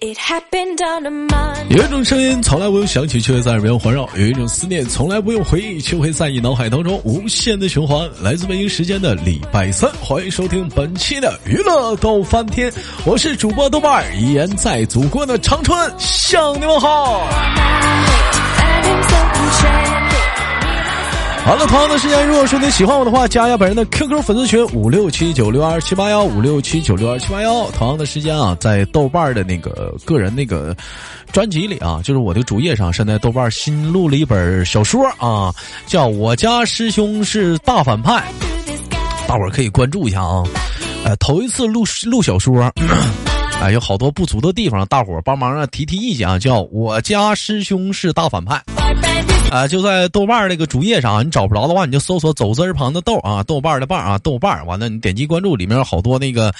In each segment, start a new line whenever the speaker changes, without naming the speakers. It happened on a Monday.
有一种声音从来不用想起，却会在耳边环绕；有一种思念从来不用回忆，却会在你脑海当中无限的循环。来自北京时间的礼拜三，欢迎收听本期的娱乐逗翻天，我是主播豆瓣儿，依然在祖国的长春向你们好。
And I'm so enchanted.
好了，同样的时间，如果说你喜欢我的话，加一下本人的 QQ 粉丝群五六七九六二七八幺五六七九六二七八幺。同样的时间啊，在豆瓣儿的那个呃个人那个专辑里啊，就是我的主页上，现在豆瓣儿新录了一本小说啊，叫《我家师兄是大反派》，
Through the sky.
大伙儿可以关注一下啊。呃，头一次录录小说，哎，有好多不足的地方，大伙儿帮忙啊提提意见啊，叫《我家师兄是大反派》。
Boyfriend is
啊、就在豆瓣儿那个主页上啊，你找不着的话，你就搜索“走字儿旁的豆”啊，豆瓣儿的瓣儿啊，豆瓣儿。完了，你点击关注，里面有好多那个，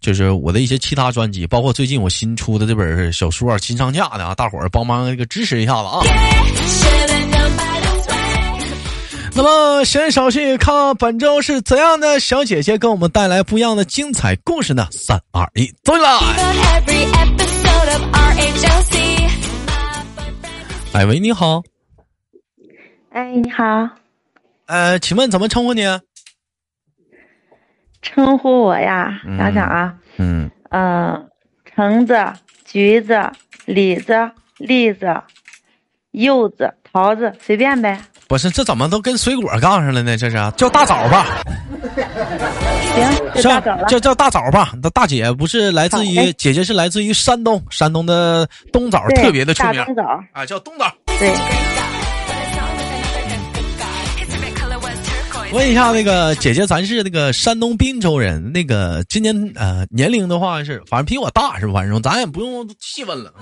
就是我的一些其他专辑，包括最近我新出的这本小说啊，新上架的啊，大伙儿帮忙那个支持一下子 啊。
should've known by the way.
那么闲少叙，看本周是怎样的小姐姐给我们带来不一样的精彩故事呢？三二一，走起来！
But every episode of RHLC. My boyfriend
哎喂，你好，
哎，你好，
呃，请问怎么称呼你？
称呼我呀？
嗯
想想啊，
嗯，
嗯、橙子、橘子、李子、栗子、柚子、桃子，随便呗。
不是，这怎么都跟水果杠上了呢？这是叫大枣吧？
行，就
叫
大枣了。
叫叫大枣吧，那大姐不是来自
好
于
嘞
姐姐是来自于山东，山东的冬枣
对，
特别的出名
大冬枣，
啊，叫冬枣。
对，
问一下那 个姐姐，咱是那个山东滨州人，那个今年呃年龄的话是，反正比我大是吧？反正咱也不用细问了。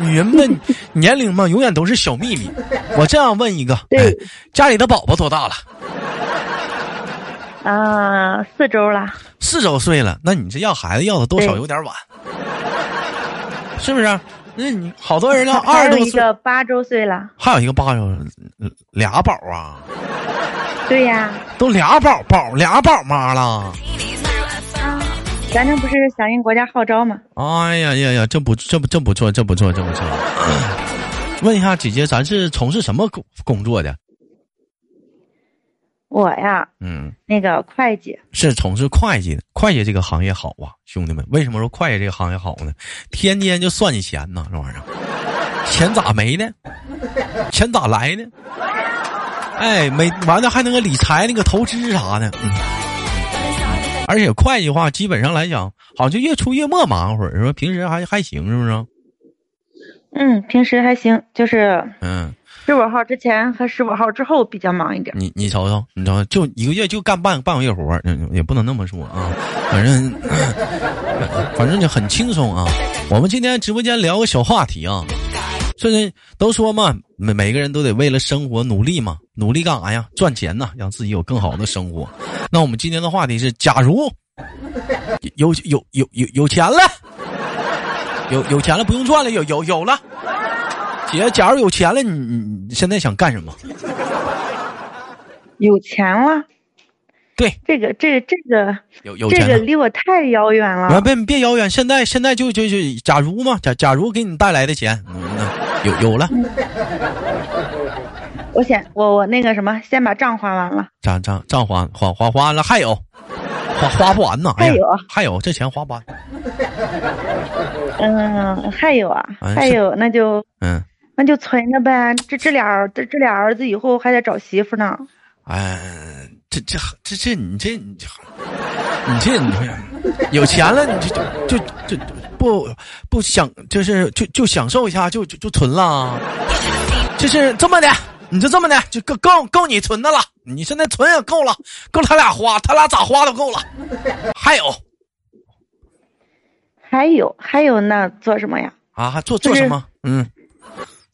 女人 们年龄嘛，永远都是小秘密。我这样问一个，
对
哎家里的宝宝多大了？
啊、四周了，
四周岁了，那你这要孩子要的多少
对
有点晚，是不是？那你好多人要
还
二十
有
多
一
岁，
个八周岁了。
还有一个八周，嗯俩宝啊，
对呀，
都俩宝宝俩宝妈了。
咱这不是响应国家号召吗？
哎呀呀呀，这不这不这不错，这不错，这 不错。问一下姐姐，咱是从事什么工工作的？
我呀，
嗯，
那个会计，
是从事会计的。会计这个行业好啊，兄弟们，为什么说会计这个行业好呢？天天就算计钱呢，这玩意儿，钱咋没呢？钱咋来呢？哎，每完了还能个理财那个投资啥的，嗯。而且会计的话，基本上来讲，好像就越出越没忙活儿，说平时还还行，是不是？
嗯，平时还行，就是
嗯，
十五号之前和十五号之后比较忙一点。
你你瞅瞅，你瞅，就一个月就干半半个月活儿，嗯也不能那么说啊，反正 反正就很轻松啊。我们今天直播间聊个小话题啊，最近都说嘛，每每个人都得为了生活努力嘛，努力干啥呀？赚钱呐、让自己有更好的生活。那我们今天的话题是，假如有有有有有钱了，有有钱了不用赚了，有有有了。姐，假如有钱了，你你你现在想干什么？
有钱了，
对，
这个这个这个
有有
这
钱
个
了。
离我太遥远
啊，
了。
别别遥远，现在现在就就就，假如嘛，假假如给你带来的钱，嗯，那有有了，
嗯我先我我那个什么，先把账还完了。
账账账还还还还了，还有，花花不完呢，哎呀
还有啊
还有这钱花不完，
嗯，还有啊，
哎
还
是
有那就
嗯，
那就存着呗。这这俩儿这这俩儿子以后还得找媳妇呢。
哎，这这这这你这你这你这你这有钱了，你就就就就不不想就是就就享受一下，就就就存了，啊就是这么的。你就这么的，就够够够你存的了。你现在存也够了，够他俩花，他俩咋花都够了。还有
还有还有那做什么呀？
啊，做做什么？嗯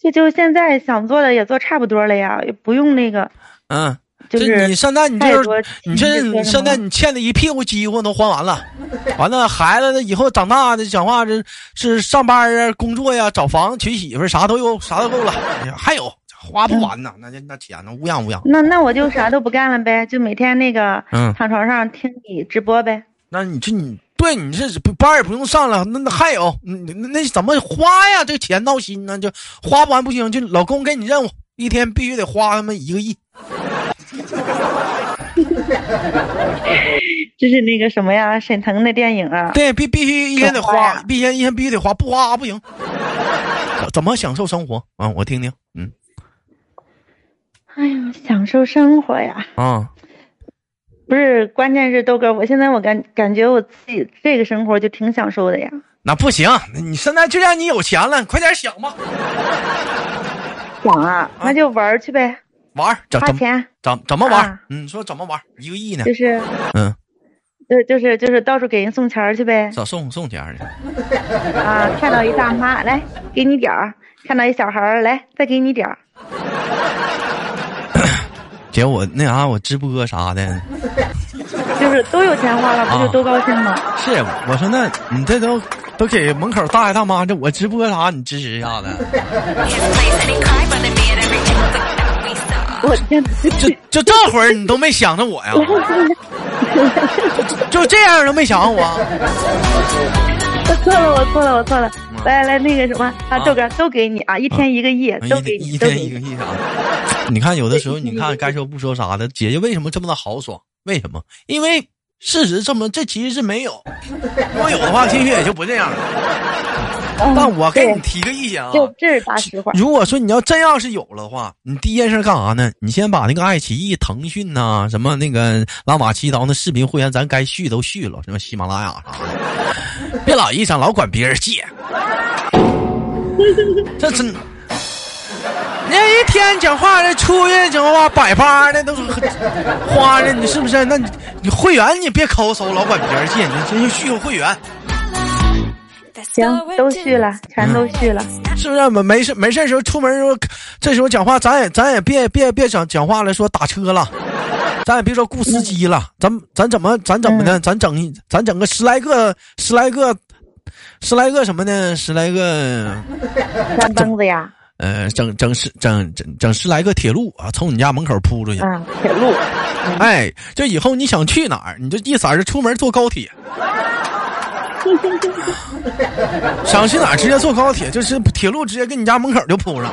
这就现在想做的也做差不多了呀，也不用那个
嗯，
就是
这你现在你
太
就
多
是你这
提这些
你
了
现在你欠的一屁股饥荒都还完了，完了孩子呢以后长大的讲话这是上班啊、工作呀、找房、娶媳妇儿啥都有，啥都够了，哎呀还有花不完呢，那那那钱呢乌泱乌泱。
那那我就啥都不干了呗，就每天那个
嗯
躺床上听你直播呗。
那你这你对你这不班儿也不用上了，那那还有，嗯那那怎么花呀？这钱闹心呢，就花不完不行，就老公给你任务，一天必须得花他妈一个亿。
就是那个什么呀，沈腾的电影啊，
对，必必须一天得
得花
花
呀，
必须一天必须得花，不花不行。 怎怎么享受生活啊？我听听，嗯
哎呀，享受生活呀。
啊，
不是，关键是豆哥，我现在我感感觉我自己这个生活就挺享受的呀。
那不行，你现在就让你有钱了，你快点想吧，
想啊，那就玩儿去呗，
玩儿怎
花
怎么
钱
怎怎么玩儿
啊？
嗯，说怎么玩儿？一个亿呢？
就是，
嗯，
就就是就是到处给人送钱儿去呗。
咋送送钱儿去？
啊，看到一大妈来给你点儿，看到一小孩儿来再给你点儿。
姐，我那啥，我直播啥的，
就是都有钱花了，不
啊
就都高兴吗？
是啊我说那你这都都给门口大爷大妈，这我直播啥你支持一下子？
我天，
就就这会儿你都没想着我呀？就这样都没想着我？啊
我错了，我错了，我错了。来来，那个什么啊，豆哥都给你啊，一天一个亿，
嗯啊
都
一天
给你，
一
都
天
给
一个
你。
亿啥的？你看有的时候，你看该说不说啥的，姐姐为什么这么的豪爽？为什么？因为事实证明这其实是没有，如果有的话，兴许也就不这样了。但我给你提个意见啊，
就这是大实话。
如果说你要真要是有了的话，你第一件事干啥呢？你先把那个爱奇艺、腾讯呐、什么那个拉玛七刀那视频会员，咱该续都续了，什么喜马拉雅啥的，别老一上老管别人借，这真。人一天讲话这出去讲话百八的都是花的，你是不是？那你你会员你别抠搜，老管别人借，你真就续个会员。
行，都续了，全都续了。
是不是？没没事没事的时候出门的时候，这时候讲话，咱也咱也别别别讲讲话了，说打车了，咱也别说雇司机了，咱咱怎么咱怎么的，咱整一咱整个十来个十来个十来个什么呢？十来个嗯
三蹦子呀，
呃，整整十整整整十来个铁路啊，从你家门口铺出去。
啊，铁路，
哎，就以后你想去哪儿，你就一色儿就出门坐高铁。 想去哪儿直接坐高铁，就是铁路直接跟你家门口就铺上。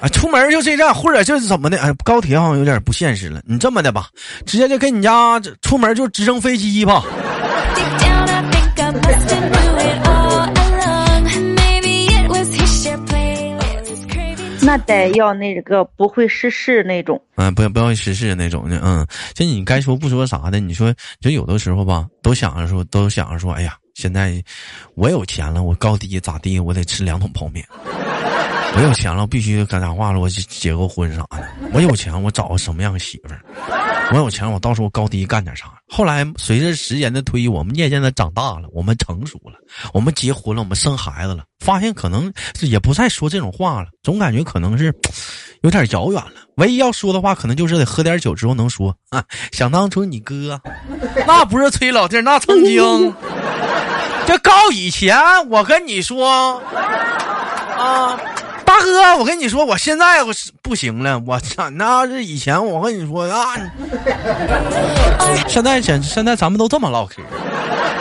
啊，出门就这站，或者就是怎么的？哎，高铁好像有点不现实了。你这么的吧，直接就跟你家这出门就直升飞机吧。
那得要那个不会世事那种。
嗯，不要不要实事那种的。嗯，就你该说不说啥的，你说就有的时候吧，都想着说，都想着说，哎呀，现在我有钱了，我高低咋地，我得吃两桶泡面。 我有钱了，我必须干啥话了，我就结个婚啥的。我有钱，我找个什么样的媳妇儿？我有钱，我到时候高低干点啥？后来随着时间的推移，我们渐渐的长大了，我们成熟了，我们结婚了，我们生孩子了，发现可能是也不再说这种话了，总感觉可能是有点遥远了。唯一要说的话，可能就是得喝点酒之后能说啊，想当初你哥，那不是吹老弟儿，那曾经，这高以前我跟你说啊。大哥，我跟你说，我现在我是不行了，我操！那是以前我跟你说啊，现在现现在咱们都这么唠嗑。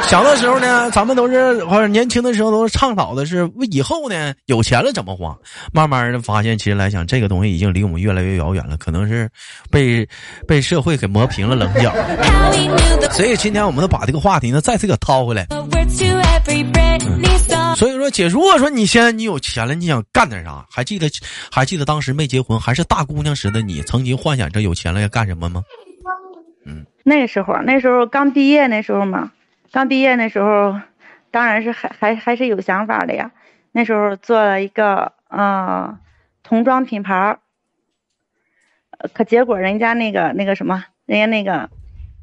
小的时候呢，咱们都是或者年轻的时候都是倡导的是为以后呢有钱了怎么花。慢慢的发现，其实来讲，这个东西已经离我们越来越遥远了，可能是被被社会给磨平了棱角。所以今天我们都把这个话题呢再次给掏回来。 所以说，姐，如果说你现在你有钱了，你想干点啥？还记得还记得当时没结婚还是大姑娘时的你，曾经幻想着有钱了要干什么吗？
那时候，那时候刚毕业那时候嘛，刚毕业那时候，当然是还还还是有想法的呀。那时候做了一个呃童装品牌儿，呃可结果人家那个那个什么，人家那个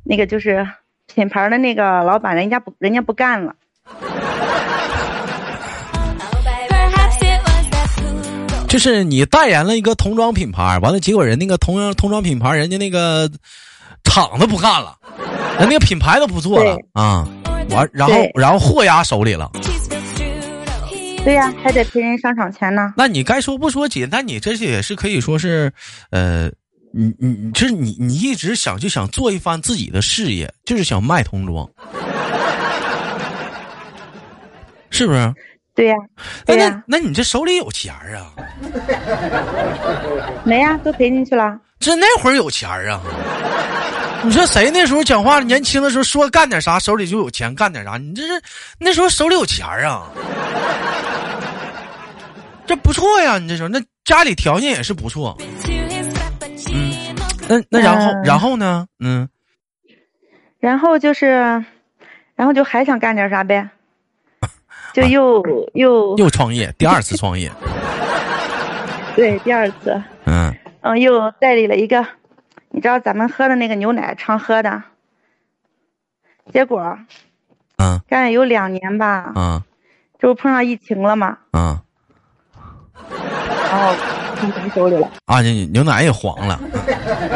那个就是品牌儿的那个老板，人家不人家不干了。
就是你代言了一个童装品牌，完了结果人那个童装童装品牌，人家那个厂子不干了，人那个品牌都不做了
对
啊，完然后
对
然后货压手里了。
对呀、还得赔人商场钱呢。
那你该说不说姐，那你这些也是可以说是，呃，你你你就是你你一直想就想做一番自己的事业，就是想卖童装， 是不是？
对呀、
那
对
那、
呀、
那你这手里有钱儿啊？
没呀、都赔进去了。
这那会儿有钱儿啊？你说谁那时候讲话年轻的时候说干点啥手里就有钱干点啥？你这是那时候手里有钱儿啊？这不错呀，你这时候那家里条件也是不错。那那然后、
嗯
然后呢？嗯，
然后就是，然后就还想干点 啥呗，就又、又
又创业，第二次创业。
对第二次，
嗯
嗯，又代理了一个，你知道咱们喝的那个牛奶常喝的，结果
啊
干了有两年吧，
啊
这不碰上疫情了嘛，
啊！
然后碰咱手里了。
啊，这牛奶也黄了，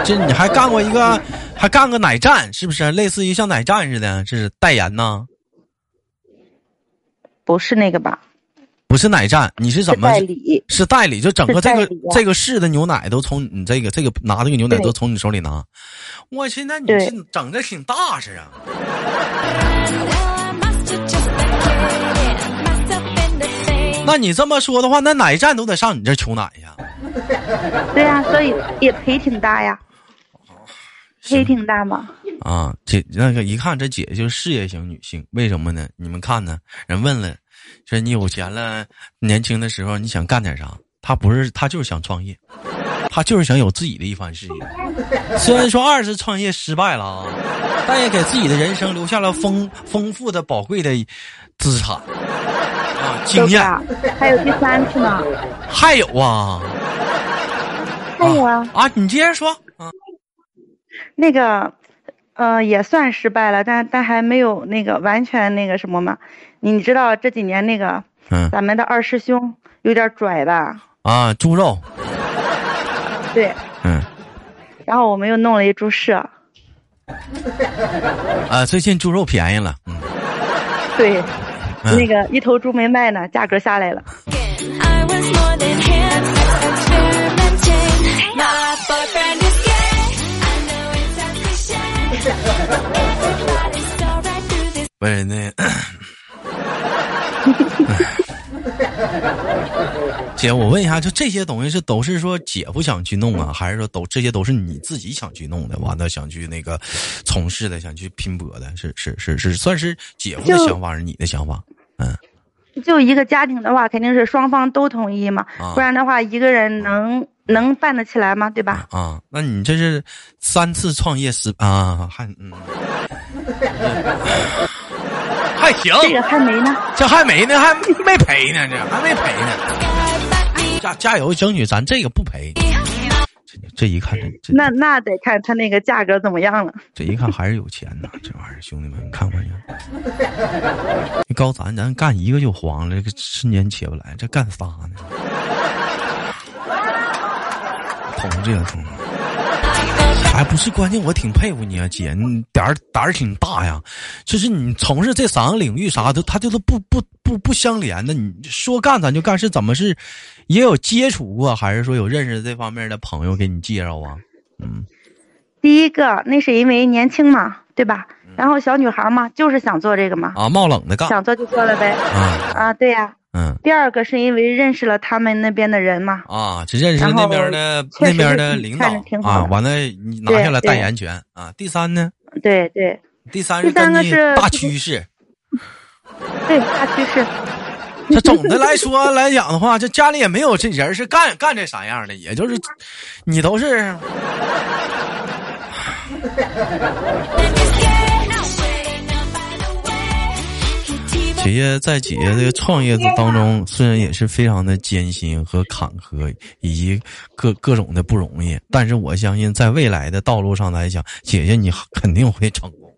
这你还干过一个，还干个奶站，是不是？类似于像奶站似的，这是代言呢？
不是那个吧？
不是奶站，你是
是
怎么？
代理，
是代理，就整个
是
这
代
个
理呀
这个市的牛奶都从你这个这个拿这个牛奶
对
都从你手里拿。我现在你
对
这整的挺大是啊，那你这么说的话，那奶站都得上你这儿求奶呀？
对呀、所以也赔挺大呀，
哦
赔挺大嘛。
啊，姐那个一看这姐就是事业型女性，为什么呢？你们看呢？人问了，说你有钱了，年轻的时候你想干点啥？她不是，她就是想创业，她就是想有自己的一番事业。虽然说二次创业失败了啊，但也给自己的人生留下了丰丰富的宝贵的资产啊，经
豆
验。
哥，还有第三次呢，
还有啊，
还有啊，
啊，你接着说啊
那个，呃，也算失败了，但但还没有那个完全那个什么嘛。你知道这几年那个
嗯
咱们的二师兄有点拽吧？
啊，猪肉，
对，
嗯
然后我们又弄了一株社，
啊，最近猪肉便宜了，嗯。
对，
嗯
那个一头猪没卖呢，价格下来了。
不是那，哎姐，我问一下，就这些东西是都是说姐夫想去弄啊，还是说都这些都是你自己想去弄的？完了想去那个从事的，想去拼搏的，是是是是，算是姐夫的
就
想法，还是你的想法？
就一个家庭的话，肯定是双方都同意嘛，
啊
不然的话，一个人能能办得起来吗？对吧？
啊，那你这是三次创业失啊，还嗯， 还行，
这个还没呢，
这还没呢，还没赔呢，这还没赔呢，加加油，争取咱这个不赔。这一看，这
那那得看他那个价格怎么样了。
这一看还是有钱呐，这玩意儿，兄弟们，你看看去，你高咱咱干一个就黄了，这个瞬间起不来，这干仨呢？捅这个捅，哎，不是关键，我挺佩服你啊，姐，你胆儿胆儿挺大呀，就是你从事这三个领域啥的，它就是不不不不相连的，你说干咱就干，是怎么是也有接触过，还是说有认识这方面的朋友给你介绍啊？
第一个，那是因为年轻嘛，对吧？然后小女孩嘛，就是想做这个嘛，
啊，冒冷的干
想做就做了呗。
啊，
啊，对呀、
嗯。
第二个是因为认识了他们那边的人嘛，
啊，只认识
然
那
后
边的
确
那
实
边
是
的
挺
领
看着
导
挺好
啊，
的
完了你拿
对
下了代
对
言权啊。第三呢？
对对
第三
第
是根
三个
据
是
大
自己
趋势。
对，大趋势。
这总的来 说来讲的话，这家里也没有这人是干干这啥样的，也就是你都是姐姐在姐姐这个创业当中，虽然也是非常的艰辛和坎坷，以及各各种的不容易，但是我相信在未来的道路上来讲，姐姐你肯定会成功，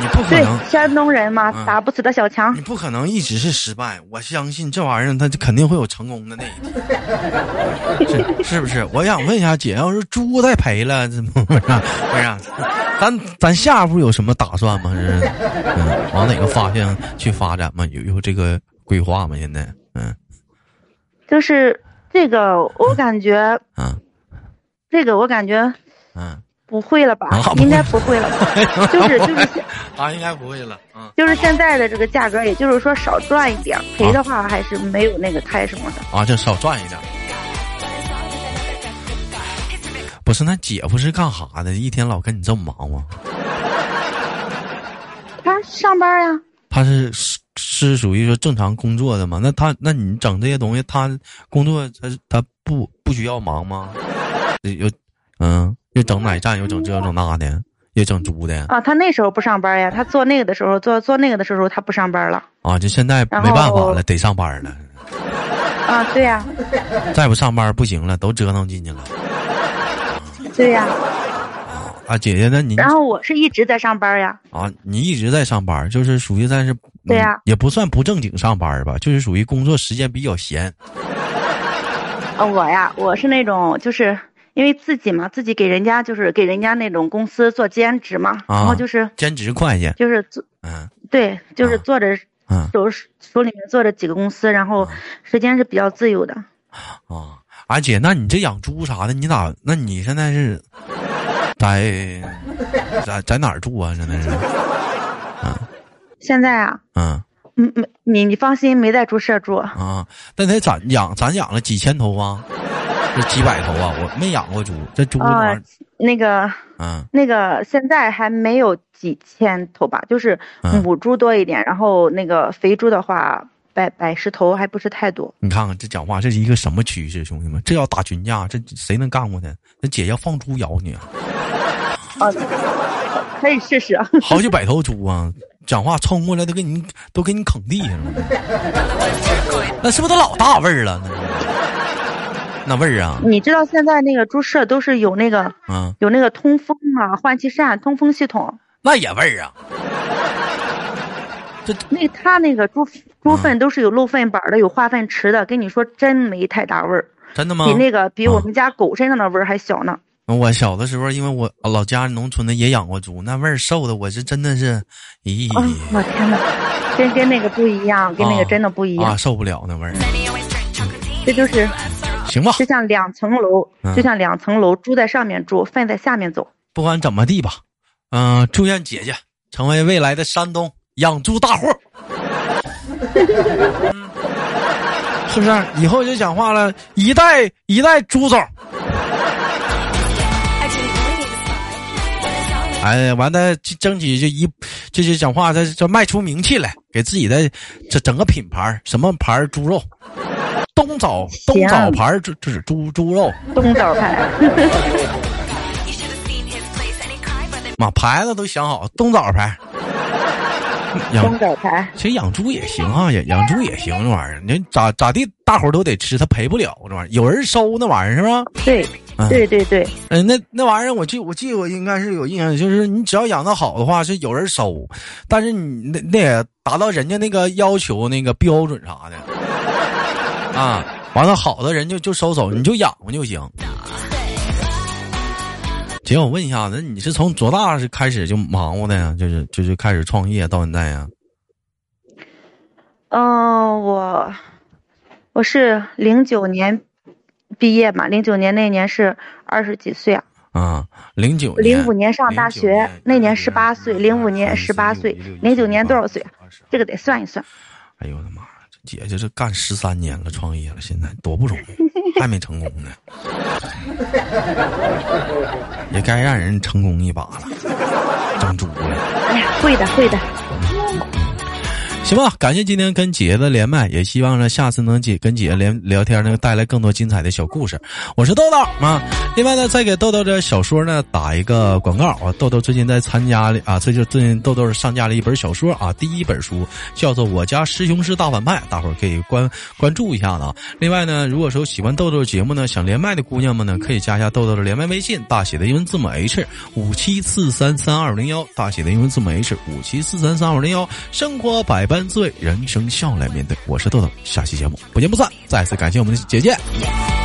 你不可
对
能，。
山东人嘛，
嗯
打不死的小强
你。不可能一直是失败，我相信这玩意儿，它就肯定会有成功的那一天，是是不是？我想问一下姐，要是猪再赔了，怎么回事？不是，咱咱下一步有什么打算吗？是，嗯，往哪个方向去发展吗？有有这个规划吗？现在，嗯
就是这个，我感觉
啊
这个我感觉
嗯，
不会了吧
啊，
应该不会了 吧，就是就是现
他啊应该不会了，嗯，
就是现在的这个价格，也就是说少赚一点，赔的话还是没有那个开什么的。
啊，就少赚一点。不是，那姐夫是干啥的？一天老跟你这么忙吗？
他上班呀、
他是是是属于说正常工作的吗？那他那你整这些东西，他工作他他不不需要忙吗？又嗯，又整奶站，又整这又整那的，又整猪的
啊，他那时候不上班呀，他做那个的时候，做做那个的时候，他不上班了
啊！就现在
然
没办法
后
了，得上班了，
啊，对呀、
再不上班不行了，都折腾进去了
对呀、
啊！姐姐，那您
然后我是一直在上班呀，
啊，你一直在上班，就是属于算是
对呀
嗯也不算不正经上班吧，就是属于工作时间比较闲
啊，我呀，我是那种就是因为自己嘛，自己给人家就是给人家那种公司做兼职嘛，
啊
然后就是
兼职会计，
就是做
嗯
对，就是
啊
做着
嗯
手手里面做着几个公司，然后时间是比较自由的。
啊，啊姐，那你这养猪啥的，你咋？那你现在是在在在哪儿住啊？现在是，
现在啊，
嗯
嗯，没你你放心，没在猪舍住，
啊，但咱咱养咱养了几千头啊，这几百头啊，我没养过猪，这猪这玩意儿，
那个
嗯
那个现在还没有几千头吧，就是
嗯
母猪多一点，然后那个肥猪的话，百百十头还不是太多。
你看看这讲话，这是一个什么趋势，兄弟们？这要打群架，这谁能干过呢？那姐要放猪咬你啊！
可以试试啊。
好几百头猪啊，讲话冲过来都给你都给你啃地上了， 那是不是都老大味儿了？那是那味儿啊，
你知道现在那个猪舍都是有那个
嗯，
有那个通风啊、换气扇、通风系统。
那也味儿啊，
那它那个猪
啊
猪粪都是有漏粪板的，有化粪池的。跟你说，真没太大味儿，
真的吗
比？那个比我
嗯
们家狗身上的味儿还小呢。
我小的时候，因为我老家农村的也养过猪，那味儿受的我是真的是，咦
啊，我天哪，真跟那个不一样，跟那
哎啊
个真的不一样。
啊，受不了那味儿。
这就是
行吧，
就像两层楼，
嗯
就像两层楼，猪在上面住，粪在下面走。
不管怎么地吧，嗯、祝愿姐姐成为未来的山东养猪大户。 嗯是不是？以后就讲话了，一代一代猪总。哎，完了，争取就一，就是讲话，这这卖出名气来，给自己的这整个品牌，什么牌儿猪肉，东枣东枣牌儿猪就是猪猪肉，
东枣牌，
妈牌子都想好，东枣牌。养
东枣牌，
其实养猪也行啊，养养猪也行，这玩意儿，你咋咋地，大伙儿都得吃，它赔不了这玩意儿，有人收那玩意儿是吧？
对
嗯，
对对对，
嗯、那那玩意儿，我记我记我应该是有印象，就是你只要养的好的话，是有人收，但是你那那也达到人家那个要求、那个标准啥的啊，完了好的人就就收走，你就养活就行。姐，我问一下子，那你是从多大是开始就忙活的呀？就是就是开始创业到现在呀？
嗯，我我是零九年毕业嘛，零九年那年是二十几岁啊，
啊，零九
零五年上大
09
学
年，
那年十八岁，零五年十八岁，零九年多少岁啊？？这个得算一算。
哎呦我的妈呀！这姐姐这干十三年了，创业了，现在多不容易，还没成功呢，也该让人成功一把了，整猪了，
哎呀，会的会的，
行吧？感谢今天跟姐姐的连麦，也希望呢下次能姐跟姐姐连聊天能带来更多精彩的小故事。我是豆豆啊，另外呢，再给豆豆的小说呢打一个广告啊。豆豆最近在参加了啊，这就最近豆豆上架了一本小说啊，第一本书叫做《我家师兄是大反派》，大伙儿可以关关注一下子啊。另外呢，如果说喜欢豆豆的节目呢，想连麦的姑娘们呢，可以加一下豆豆的连麦微信，大写的英文字母 H 五七四三三二零幺，大写的英文字母 H 五七四三三二零幺。生活百般滋味，人生笑来面对。我是豆豆，下期节目不见不散。再次感谢我们的姐姐。
Yeah.